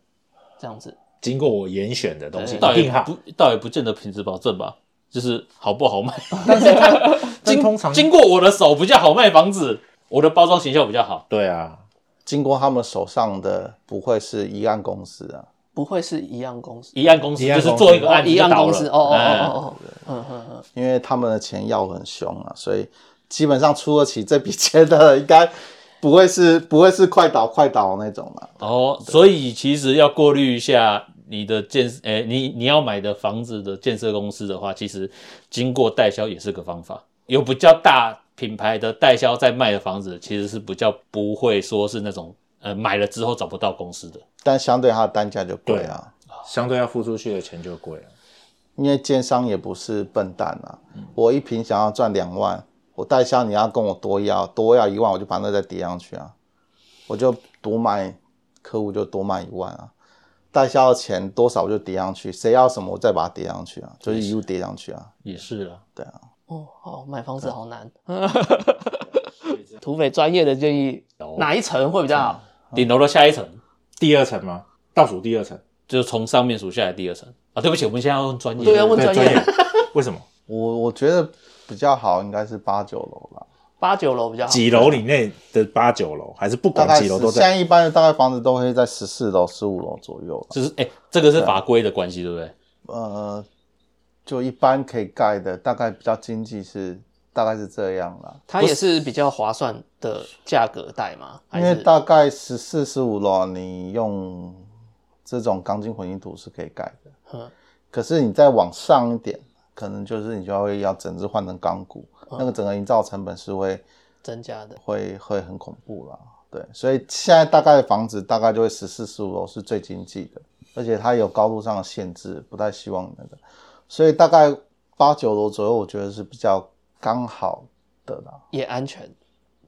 这样子，
经过我严选的东西
倒
一
也
定好。
不倒也不见得品质保证吧，就是好不好卖。
但
经
通常
经过我的手比较好卖房子，我的包装形象比较好。
对啊，
经过他们手上的不会是一案公司啊，
不会是一样公司。
一案公司
一案
就
公司
是做一个
哦
案，子
一
就
样
倒
公司，
了。
哦哦
哎
哦哦哦，嗯嗯嗯，
因为他们的钱要很凶啊，所以基本上出得起这笔钱的人，应该不会是不会是快倒快倒那种啊啦。
哦，所以其实要过滤一下你的建，诶、你你要买的房子的建设公司的话，其实经过代销也是个方法。有比较大品牌的代销在卖的房子，其实是比较不会说是那种呃买了之后找不到公司的。
但相对它的单价就贵啊，
相对要付出去的钱就贵了。
因为奸商也不是笨蛋啊。我一瓶想要赚两万，我代销你要跟我多要多要一万，我就把那再叠上去啊，我就多卖客户就多卖一万啊。代销的钱多少我就叠上去，谁要什么我再把它叠上去啊，就是一路叠上去啊。
也是啦，
哦，好，买房子好 难。土匪专业的建议，哪一层会比较
嗯
好？
顶楼的下一层
第二层吗？倒数第二层，
就是从上面数下来第二层啊。对不起，我们现在要问专业。
对啊问
对
专业
专业， 为什么？
我我觉得比较好应该是八九楼啦。
八九楼比较好。
几楼以内的八九楼，还是不
大
管
概
几楼
10
都
现
在？
在一般的大概房子都会在十四楼、十五楼左右啦
就是哎、这个是法规的关系，对不对？
呃，就一般可以盖的，大概比较经济是大概是这样啦。
它也是比较划算的价格带吗？还
因为
是
大概十四、十五楼啊，你用这种钢筋混凝土是可以盖的。
嗯
可是你再往上一点，可能就是你就会要整只换成钢骨，
嗯
那个整个营造成本是会
增加的？
会会很恐怖啦。对，所以现在大概房子大概就会十四十五楼是最经济的，而且它有高度上的限制，不太希望那个，所以大概八九楼左右，我觉得是比较刚好的啦。
也安全，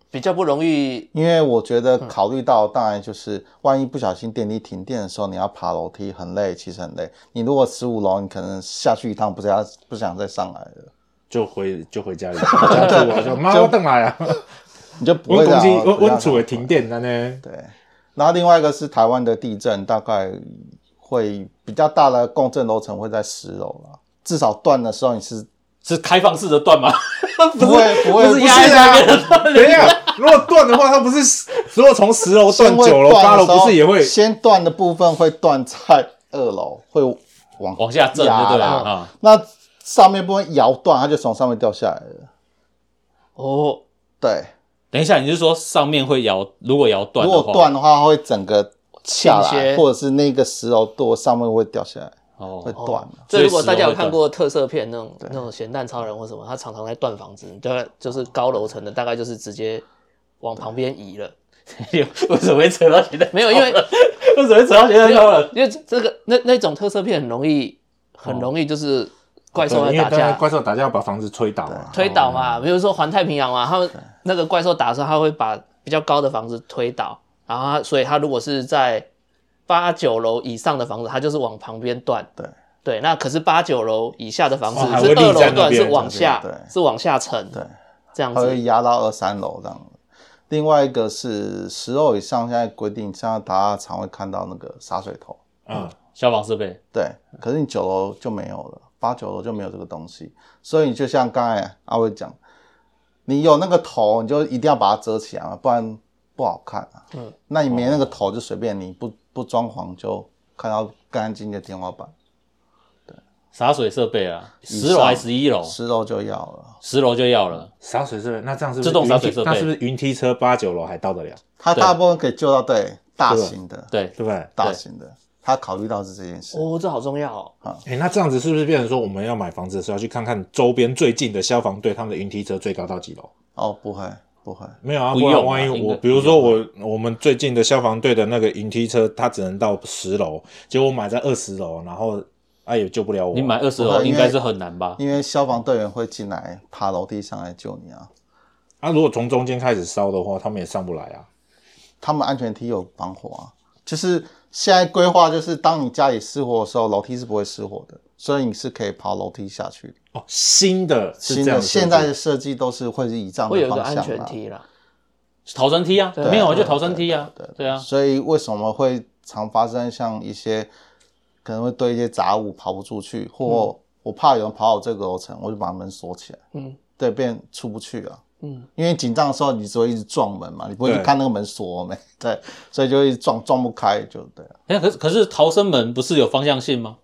比较不容易。
因为我觉得
嗯
考虑到，当然就是万一不小心电梯停电的时候，你要爬楼梯很累，其实很累。你如果十五楼，你可能下去一趟，不是要不想再上来了，
就回就回 家里，家住我就妈我等来啊，
你就不
我
会
公
再
鸡
好好
我
不要
我厝
上
会
来
停电的呢，
对，然后另外一个是台湾的地震，大概会比较大的共振楼层会在十楼啦，至少断的时候你是
是开放式的断吗？
不会不
不
会
是压在下面的断
啊等一下，如果断的话，它 不是如果从十楼断
先会
九楼、八
断
楼，
的时候
不是也会？
先断的部分会断在二楼，会往
往下震，对
压
不对
啦
啊？
那上面部分摇断，它就从上面掉下来了。
哦，
对，
等一下，你是说上面会摇？如果摇断
如
的话，
果断的话，它会整个下
倾斜
来，或者是那个石头垛上面会掉下来，会
哦，
断的。
这如果
随时
大家
都
有
会
看
断
过特色片那种那种咸蛋超人或什么，他常常在断房子，对，就是高楼层的，大概就是直接往旁边移了。
为什么会扯到现在？
没有，因为
为什么会扯到现在高了？
因为这个那那种特色片很容易很容易就是怪兽在
因为
打
刚才
架。
怪兽打架要把房子推倒啊嘛。
推倒嘛，比如说环太平洋嘛，啊他们那个怪兽打的时候，他会把比较高的房子推倒，然后他所以他如果是在八九楼以上的房子，他就是往旁边断。
对
对，那可是八九楼以下的房子
哦还
是
会立
二
在
楼
那
段是
边
往下
对，对
是往下沉，
对，
这样
它
子
会压到二三楼这样。另外一个是十楼以上，现在规定，现在大家常会看到那个洒水头，
嗯，
消防设备
对，可是你九楼就没有了，八九楼就没有这个东西，所以就像刚才阿威讲，你有那个头，你就一定要把它遮起来嘛，不然不好看啊。嗯，那你没那个头就随便你不不装潢就看到干干净净的天花板，
洒水设备啊，
以
十
上
楼还十一楼？
哦
十楼就要了，
十楼就要了。
洒水设备，那这样是不是
自动
云梯
洒水设备
那是不是云梯车八九楼还到得了？
它
对
大部分可以救到对大型的，
对，
对不对？
大型的，它考虑到是这件事。
哦，这好重要哦。
哎，那这样子是不是变成说，我们要买房子的时候要去看看周边最近的消防队他们的云梯车最高到几楼？
哦，不会不会，
没有啊，
不
不然
用啊
万一
应该
我，
不啊
比如说我我们最近的消防队的那个云梯车，它只能到十楼，结果我买在二十楼，然后啊也救不了我。
你买二十
不
楼
会因为
应该是很难吧？
因为消防队员会进来爬楼梯上来救你啊，
啊，如果从中间开始烧的话，他们也上不来啊。
他们安全梯有防火啊，就是现在规划就是，当你家里失火的时候，楼梯是不会失火的，所以你是可以爬楼梯下去的。
哦，新的是
新
这样
的
设计
现在的设计都是会是以这样
会有
的
一个
方
安
向啊
全
啦，
梯啦，
逃生梯啊，
对
没有啊
对
就逃生梯啊，对啊，
所以为什么会常发生像一些可能会堆一些杂物跑不出去，或
嗯
我怕有人跑我这个楼层，我就把门锁起来，
嗯，
对，变出不去啊。
嗯，
因为紧张的时候，你只会一直撞门嘛，你不会去
对
看那个门锁没， 对，所以就会一直撞撞不开，就对了。
哎，可是可是逃生门不是有方向性吗？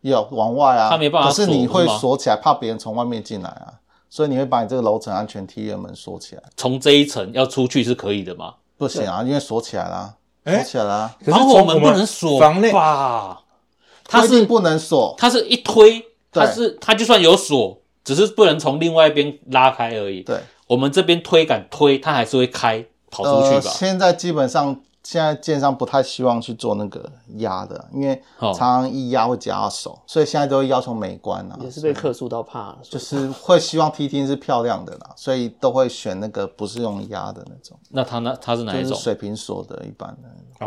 有往外啊，
他没办法
可是
锁
你
是
会
吗
锁起来，怕别人从外面进来啊，所以你会把你这个楼层安全梯的门锁起来，
从这一层要出去是可以的嘛？
不行啊，因为锁起来啦，
哎
锁起来啦，
可是
防
从
火
我
门
们
不能锁
房内
吧？它
规定
是
不能锁，
它是一推，它
对
是它就算有锁，只是不能从另外一边拉开而已。
对，
我们这边推杆推，它还是会开跑出
呃，
去吧？
现在基本上现在建商不太希望去做那个压的，因为
哦
常常一压会夹到手，所以现在都会要求美观啊，
也是被克诉到怕了。就
就
是
会希望梯厅是漂亮的啦，所以都会选那个不是用压的那种，
那它那它是哪一
就是
种？
水平锁的一般
哦
的。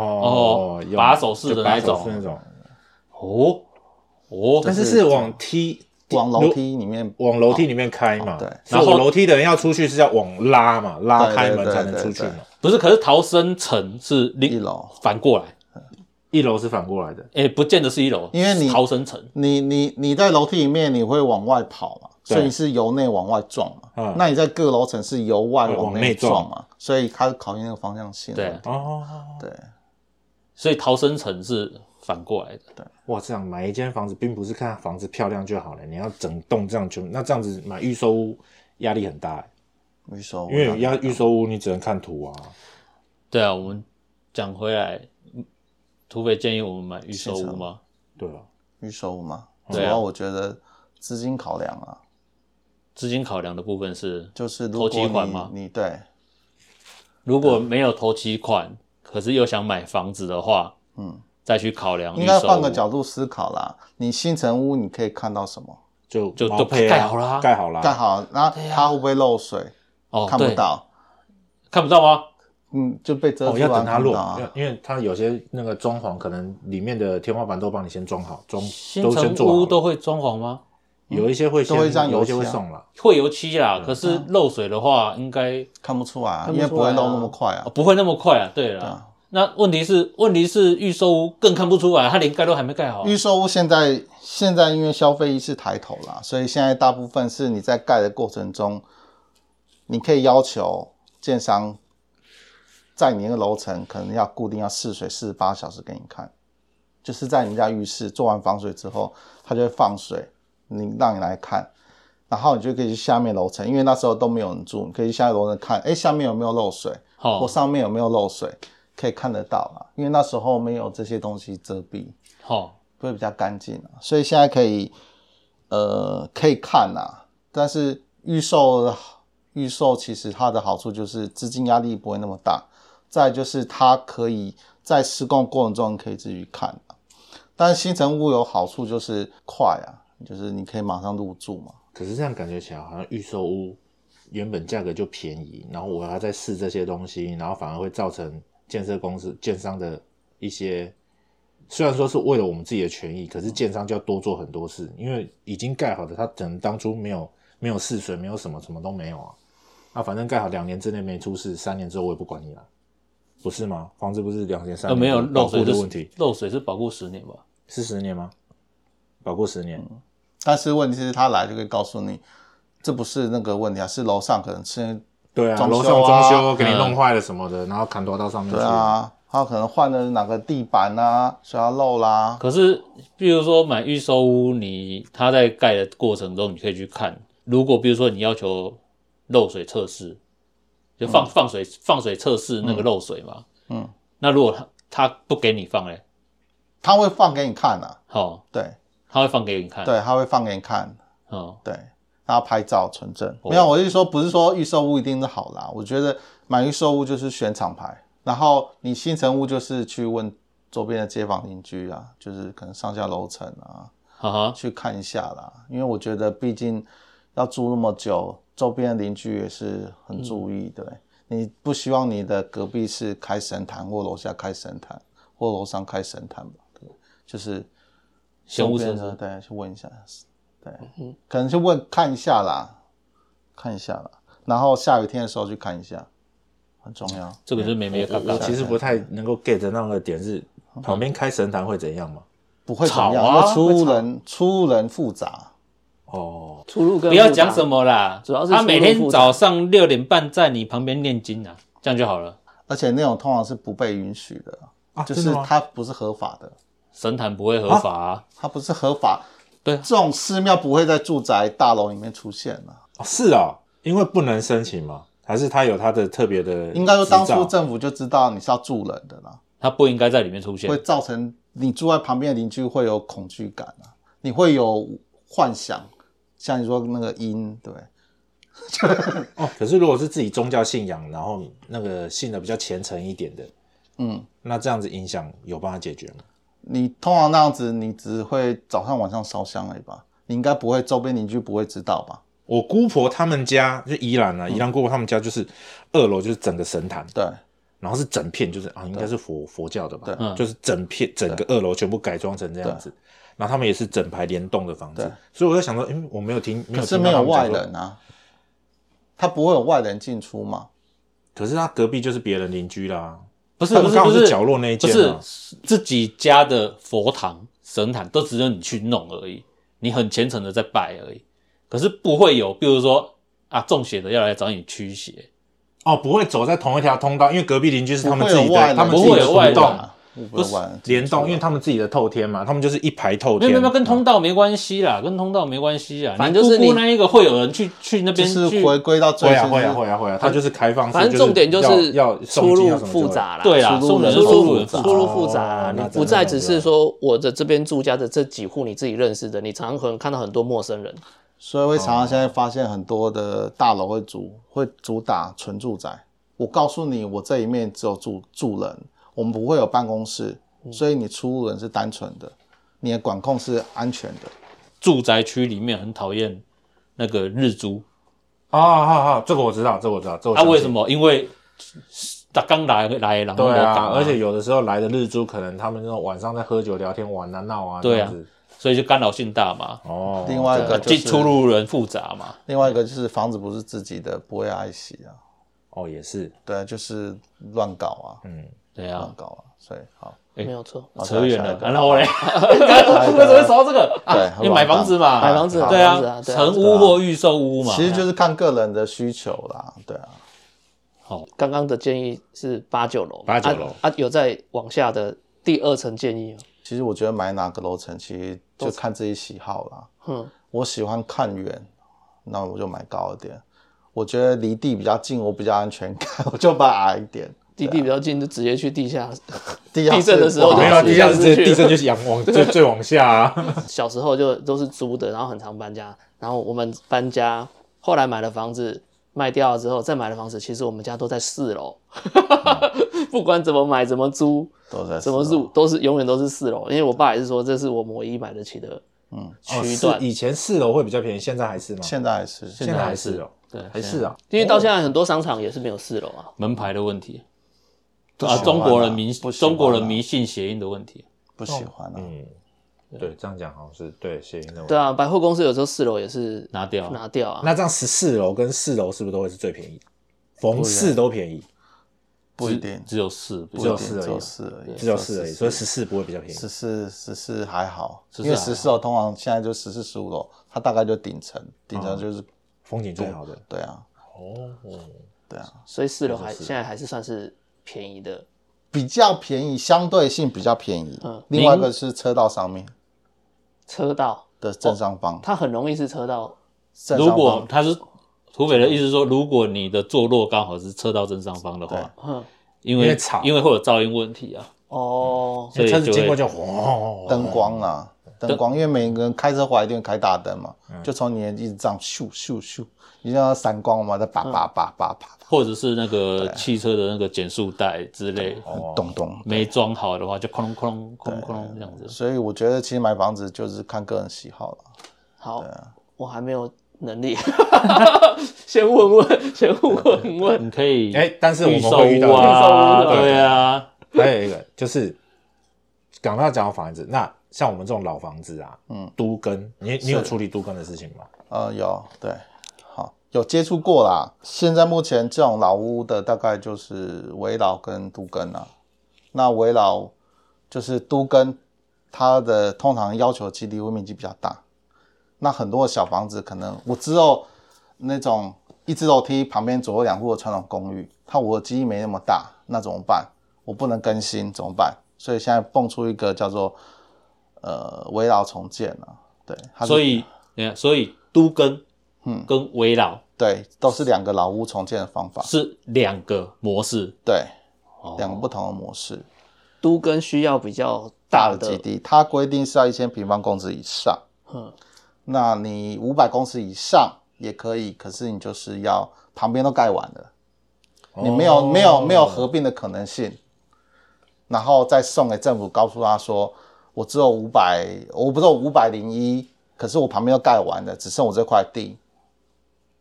哦
有
把手式的那一种
就把手式那种，
哦哦，
但是是往梯
往楼梯里面
往楼梯里面开嘛。
哦对
然
然
后
后
楼梯的人要出去是要往拉嘛，拉开门
对对对
才能出去嘛。
不是，可是逃生层是另
一楼
反过来，
一楼是反过来的，
哎，不见得是一楼，
因为你
是逃生层
你你你在楼梯里面，你会往外跑嘛，
对
所以你是由内往外撞嘛。
嗯
那你在各楼层是由外
呃往
往
内
内
撞
撞嘛，所以它考验那个方向性。啊
对，
哦，
对，
所以逃生层是反过来的。
哇，这样买一间房子，并不是看房子漂亮就好了，你要整栋这样就，那这样子买预售屋压力很大欸，
预售屋
因为要预售屋你只能看图啊，
对啊，我们讲回来，嗯土匪建议我们买预售屋吗？
对啊，
预售屋嘛，主
对啊
要我觉得资金考量啊，
资金考量的部分是，
就是如
投
果
期款吗
你你对
如果没有头期款，可是又想买房子的话，
嗯，
再去考量
应
啊预
该
售
换个
屋。
角度思考啦。你新城屋你可以看到什么？
就
就
毛
都
坯啊
盖好了啊
盖好了啊，
盖好，那它会不会漏水？
哦，
看不
对，
到，
看不到吗？
嗯，就被遮
哦，
住
要
了，
等它
看不
落，
到啊
要。因为它有些那个装潢可能里面的天花板都帮你先装好，装
新
都先
城
做
屋
好了，
都会装潢吗？
有一些会先
都会这样
有一些
油
会
漆啊
送了，
会油漆啦，
嗯
可是漏水的话，应该
看不出来啊，
看不
因为
出
不会
来啊
漏那么快啊
哦。不会那么快啊。对
对
啦
啊，
那问题是，问题是预售屋更看不出来，它连盖都还没盖好
嗯
啊、
预售屋现在现在因为消费意识抬头啦，所以现在大部分是你在盖的过程中，你可以要求建商在你那个楼层可能要固定要试水四十八小时给你看，就是在你家浴室做完防水之后，它就会放水，你让你来看，然后你就可以去下面楼层，因为那时候都没有人住，你可以去下面楼层看，哎，下面有没有漏水，
好、
或上面有没有漏水，可以看得到啊，因为那时候没有这些东西遮蔽。
好、
会比较干净啊，所以现在可以，呃，可以看呐、但是预售的预售其实它的好处就是资金压力不会那么大，再来就是它可以在施工过程中可以自己看、啊、但是新城屋有好处就是快啊，就是你可以马上入住嘛。
可是这样感觉起来好像预售屋原本价格就便宜，然后我还要再试这些东西，然后反而会造成建设公司、建商的一些，虽然说是为了我们自己的权益，可是建商就要多做很多事，因为已经盖好的，他可能当初没有没有试水，没有什么什么都没有啊，啊，反正盖好两年之内没出事，三年之后我也不管你了，不是吗？房子不是两年三
呃，
年
没有
保
漏
护
水
的
是
问题，
漏水是保护十年吧？
是十年吗？保护十年，
但是问题是他来就可以告诉你，这不是那个问题啊，是楼上可能是
对啊，
装修
楼
啊
上装修给你弄坏了什么的，然后砍拖到上面去，
对啊，他可能换了哪个地板啊，所以它漏啦。
可是，比如说买预售屋，你它在盖的过程中，你可以去看。如果比如说你要求漏水测试，就
嗯
放、放水放水测试那个漏水嘛，
嗯，
那如果他他不给你放嘞，
他会放给你看啊，
好、
对
他会放给你看，，
对，他会放给你看，
哦，
对，然后拍照存证。
哦
没有，我是说不是说预售屋一定是好啦，我觉得买预售屋就是选厂牌，然后你新城屋就是去问周边的街坊邻居啊，就是可能上下楼层啊，
哈哈，
去看一下啦。因为我觉得毕竟要住那么久，周边的邻居也是很注意的、你不希望你的隔壁是开神坛，或楼下开神坛，或楼上开神坛吧？对，就是
先物
周边
测
的
试，
对，去问一下，对，可能去问看一下啦，看一下啦，然后下雨天的时候去看一下，很重要。
这个就是没没
我
嘎
我
嘎，
其实不太能够 get 那个点是，
嗯
旁边开神坛会怎样嘛？
不会怎么样，
吵啊
因为出入人出入人复杂，
哦，
出入跟
不要讲什
么，
么啦，
主要是
他每
出入
天
复杂
早上六点半在你旁边念经啊，这样就好了，
而且那种通常是不被允许的，
啊
就
真
是
的吗
它不是合法的，
神坛不会合法啊，
它不是合法。
啊
对
这种寺庙不会在住宅大楼里面出现了、
哦是啊，因为不能申请嘛，还是他有他的特别的执照，
应该说当初政府就知道你是要住人的啦，
他不应该在里面出现
会，造成你住在旁边的邻居会有恐惧感啊，你会有幻想，像你说那个阴，对，
哦。可是如果是自己宗教信仰，然后那个信的比较虔诚一点的，
嗯，
那这样子影响有办法解决吗？
你通常那样子，你只会早上晚上烧香而已吧？你应该不会，周边邻居不会知道吧？
我姑婆他们家就宜兰啊，宜兰姑婆他们家就是二楼就是整个神坛，
对，
然后是整片，就是啊，应该是佛佛教的吧？
对
嗯
就是整片整个二楼全部改装成这样子。然后他们也是整排联动的房
对
子，所以我在想说，因为我没有听，没
可
有
是
听
没
到他
有
们讲
外
说，
人啊，他不会有外人进出嘛？
可是他隔壁就是别人邻居啦，
不是
他
不
们
是
刚好
不
是角落那一
不
间
是
啊
自己家的佛堂、神坛都只有你去弄而已，你很虔诚的在拜而已，可是不会有，比如说啊中邪的要来找你驱邪，
哦，不会走在同一条通道，因为隔壁邻居是他们
不
自
会
己
有外
的，
人，
他们自己
不会
的
有
互
外人
动
啊
不会有外人
联动，因为
为
他们自己的透天嘛，他们就是一排透
没有
天，
没有没有，跟通道没关系啦，跟通道没关系啊，
反正就是
你
你
姑姑那一个会有人去去那
就
边
是
去，
回归到最
会啊
初
会啊会啊会啊，它就是开放式，
反正重点就是
要要
出
送进
入
要什么就会
复，杂啦，
对啦，
出入
送
人
人
出
复
出
入
人
杂
出入复杂，
哦
你
那
不
真的
再
很
只
复
是
杂
说我的这边住家的这几户你自己认识的，你常常可能看到很多陌生人。
所以会常常现在发现很多的大楼会主会主打纯住宅。我告诉你，我这一面只有住住人，我们不会有办公室，
嗯
所以你出入人是单纯的，你的管控是安全的。
住宅区里面很讨厌那个日租
啊，好好好，这个我知道，这个我知道，这个
啊，为什
么？
么？因为他刚来来，然后
对
我赶
啊，而且有的时候来的日租，可能他们那种晚上在喝酒聊天玩啊闹啊，
对啊
这样子
所以就干扰性大嘛，
哦，
另外一个就
啊进
是
出，入人复杂嘛，
另外一个就是房子不是自己的，不会爱惜啊，
哦也是，
对啊，就是乱搞啊。
嗯，
对啊
乱，搞啊，所以好，
没有错。
哦
扯远了。
好下一个
啊然后嘞， 为什么会说到这个？
对
啊，因为买房子嘛，
买房子
对
买房子
啊，
啊对啊
成屋或预售屋嘛，
其实就是看个人的需求啦，对啊，
刚刚的建议是八九楼嘛，
八九楼
啊啊，有在往下的第二层建议吗？
其实我觉得买哪个楼层，其实就看自己喜好啦。
嗯，
我喜欢看远，那我就买高一点。我觉得离地比较近，我比较安全感，我就买矮一点。
啊
地地比较近，就直接去地下。
地下
地
室
震的时候
不好
没有啊，
就
地
是
下室直接
去
地震就是仰往最最往下啊。
小时候就都是租的，然后很常搬家。然后我们搬家，后来买了房子，卖掉了之后再买了房子，其实我们家都在四楼，
嗯
不管怎么买怎么租，
都在
怎么
四楼
住都是永远都是四楼，因为我爸也是说这是我唯一买得起的区段，
哦以前四楼会比较便宜，现在还是吗？
现在还是
现在还是哦，
对
还是啊。
因为到现在很多商场也是没有四楼啊，
门牌的问题啊，
喜欢啊
中国人迷
不喜欢啊
中国人迷信谐音的问题，
不喜欢啊，
嗯，对，这样讲好像是对，谐音的。
对啊，百货公司有时候四楼也是
拿掉
拿掉啊，
那这样十四楼跟四楼是不是都会是最便宜？逢四都便宜，
不一定，
只有四，
只有
不一定
四而已
只有四而已，
只有四而已，所以十四不会比较便宜。
十四十四还好，
14
因为
还好
十四楼通常现在就十四十五楼，它大概就顶层，顶层就是
风景最好的
对啊，
哦，
对啊，
所以四楼还现在还是算是便宜的。
比较便宜，相对性比较便宜
嗯。
另外一个是车道上面
车道
的正上方，
它很容易是车道，
正上
如
方
果他是土匪的意思是说，如果你的坐落刚好是车道正上方的话，
哼，
因
因
为
为吵
因为会有噪音问题啊，
哦，
所以
车子
就
经过
会
就轰，
灯光啦，灯光，因为每个人开车回来一定会开大灯嘛，就从你的一直这样咻咻咻，你就要闪光嘛，再叭叭叭叭叭，
或者是那个汽车的那个减速带之类，
咚咚。
没装好的话就哐隆哐隆哐隆哐隆这样子。
所以我觉得其实买房子就是看个人喜好了。
好，我还没有能力， 先问问，先问问，
你可以
哎但是我
预
们
售
会遇到
屋啊，
预售屋的
对啊，
还有一个就是，刚刚讲到房子，那像我们这种老房子啊，嗯，都跟你你有处理都跟的事情吗？
呃，有对，好有接触过啦。现在目前这种老屋的大概就是围老跟都更啦。那围老就是都更，它的通常要求基地屋面积比较大。那很多的小房子可能我只有那种一只楼梯旁边左右两户的传统公寓，它我的基地没那么大，那怎么办？我不能更新怎么办？所以现在蹦出一个叫做呃围老重建啊，对，它是
所以你看，所以都跟嗯跟围绕
对，都是两个老屋重建的方法，
是两个模式，
对，两个不同的模式。
都跟需要比较
大
大
的基
的，
地，它规定是要一千平方公尺以上，
嗯，
那你五百公尺以上也可以，可是你就是要旁边都盖完了，你没有、没有没有合并的可能性，然后再送给政府，告诉他说，我只有五百，我不是五百零一，可是我旁边都盖完了，只剩我这块地，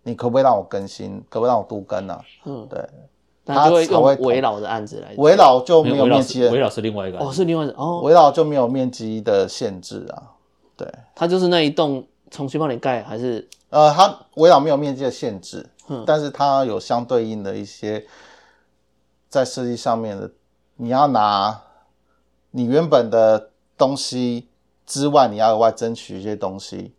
你可不可以让我更新？可不可以让我都更呢、啊？
嗯
对，
那就会
它才会
用
同
围绕的案子来，
围老就没有
围绕
面积
是
了
围，绕是另外一个案
哦，
子，
是另外一种哦，
围绕就没有面积的限制啊。对，
它就是那一栋重新帮你盖，还是
呃，它围绕没有面积的限制，
嗯
但是它有相对应的一些在设计上面的，你要拿你原本的东西之外，你要额外争取一些东西，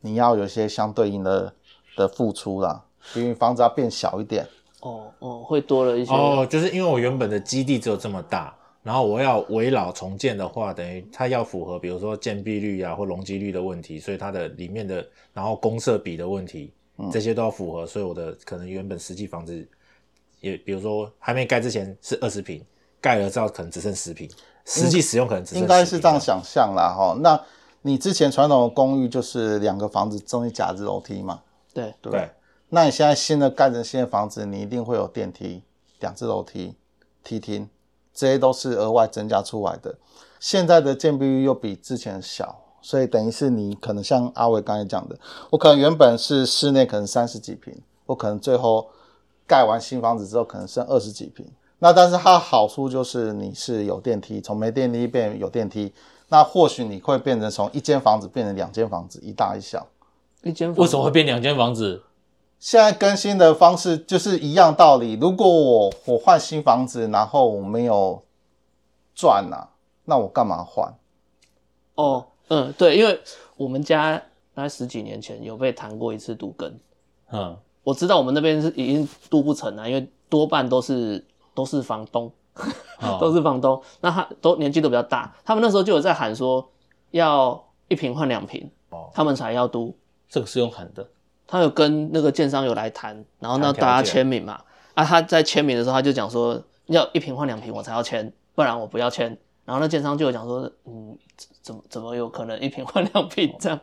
你要有一些相对应的的付出啦，因为房子要变小一点，
哦哦会多了一些，
哦，就是因为我原本的基地只有这么大，然后我要围绕重建的话，等于它要符合比如说建蔽率啊或容积率的问题，所以它的里面的然后公设比的问题，
嗯
这些都要符合，所以我的可能原本实际房子也比如说还没盖之前是二十平，盖了之后可能只剩十平，实际使用可能只剩
应该
10
是
平
这样想象啦哈。那你之前传统的公寓就是两个房子中间夹着楼梯嘛，
对，
对不对
对。
那你现在新的盖成新的房子，你一定会有电梯、两只楼梯、梯厅，这些都是额外增加出来的。现在的建蔽率又比之前小，所以等于是你可能像阿伟刚才讲的，我可能原本是室内可能三十几平，我可能最后盖完新房子之后可能剩二十几平。那但是它的好处就是你是有电梯，从没电梯变有电梯，那或许你会变成从一间房子变成两间房子，一大一小。
一间房
为什么会变两间房子？
现在更新的方式就是一样道理。如果我我换新房子，然后我没有赚啊，那我干嘛换？
哦，嗯，对，因为我们家大概十几年前有被谈过一次杜根，
嗯，
我知道我们那边是已经渡不成啊了，因为多半都是都是房东，
哦
都是房东，那他都年纪都比较大，他们那时候就有在喊说要一平换两平，他们才要都。
这个是用喊的，
他有跟那个建商有来谈，然后那
谈条
大家
件
签名嘛，啊，他在签名的时候他就讲说要一平换两平我才要签，不然我不要签。然后那建商就有讲说，嗯，怎怎么怎么有可能一平换两平这样？